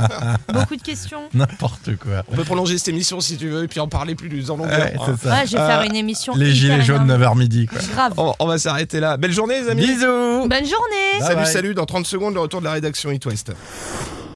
[SPEAKER 5] Beaucoup de questions.
[SPEAKER 4] N'importe quoi.
[SPEAKER 14] On peut prolonger cette émission si tu veux et puis en parler plus en longueur.
[SPEAKER 4] Ouais,
[SPEAKER 14] hein.
[SPEAKER 4] c'est ça.
[SPEAKER 5] Ouais, je vais faire
[SPEAKER 14] Euh,
[SPEAKER 5] une émission.
[SPEAKER 4] Bah, Les gilets
[SPEAKER 5] hyper
[SPEAKER 4] jaunes
[SPEAKER 5] énorme.
[SPEAKER 4] 9h midi quoi.
[SPEAKER 5] Grave.
[SPEAKER 14] On, on va s'arrêter là. Belle journée, les amis.
[SPEAKER 4] Bisous
[SPEAKER 5] Bonne journée
[SPEAKER 14] Salut,
[SPEAKER 4] Bye bye.
[SPEAKER 14] salut. Dans 30 secondes, le retour de la rédaction It West.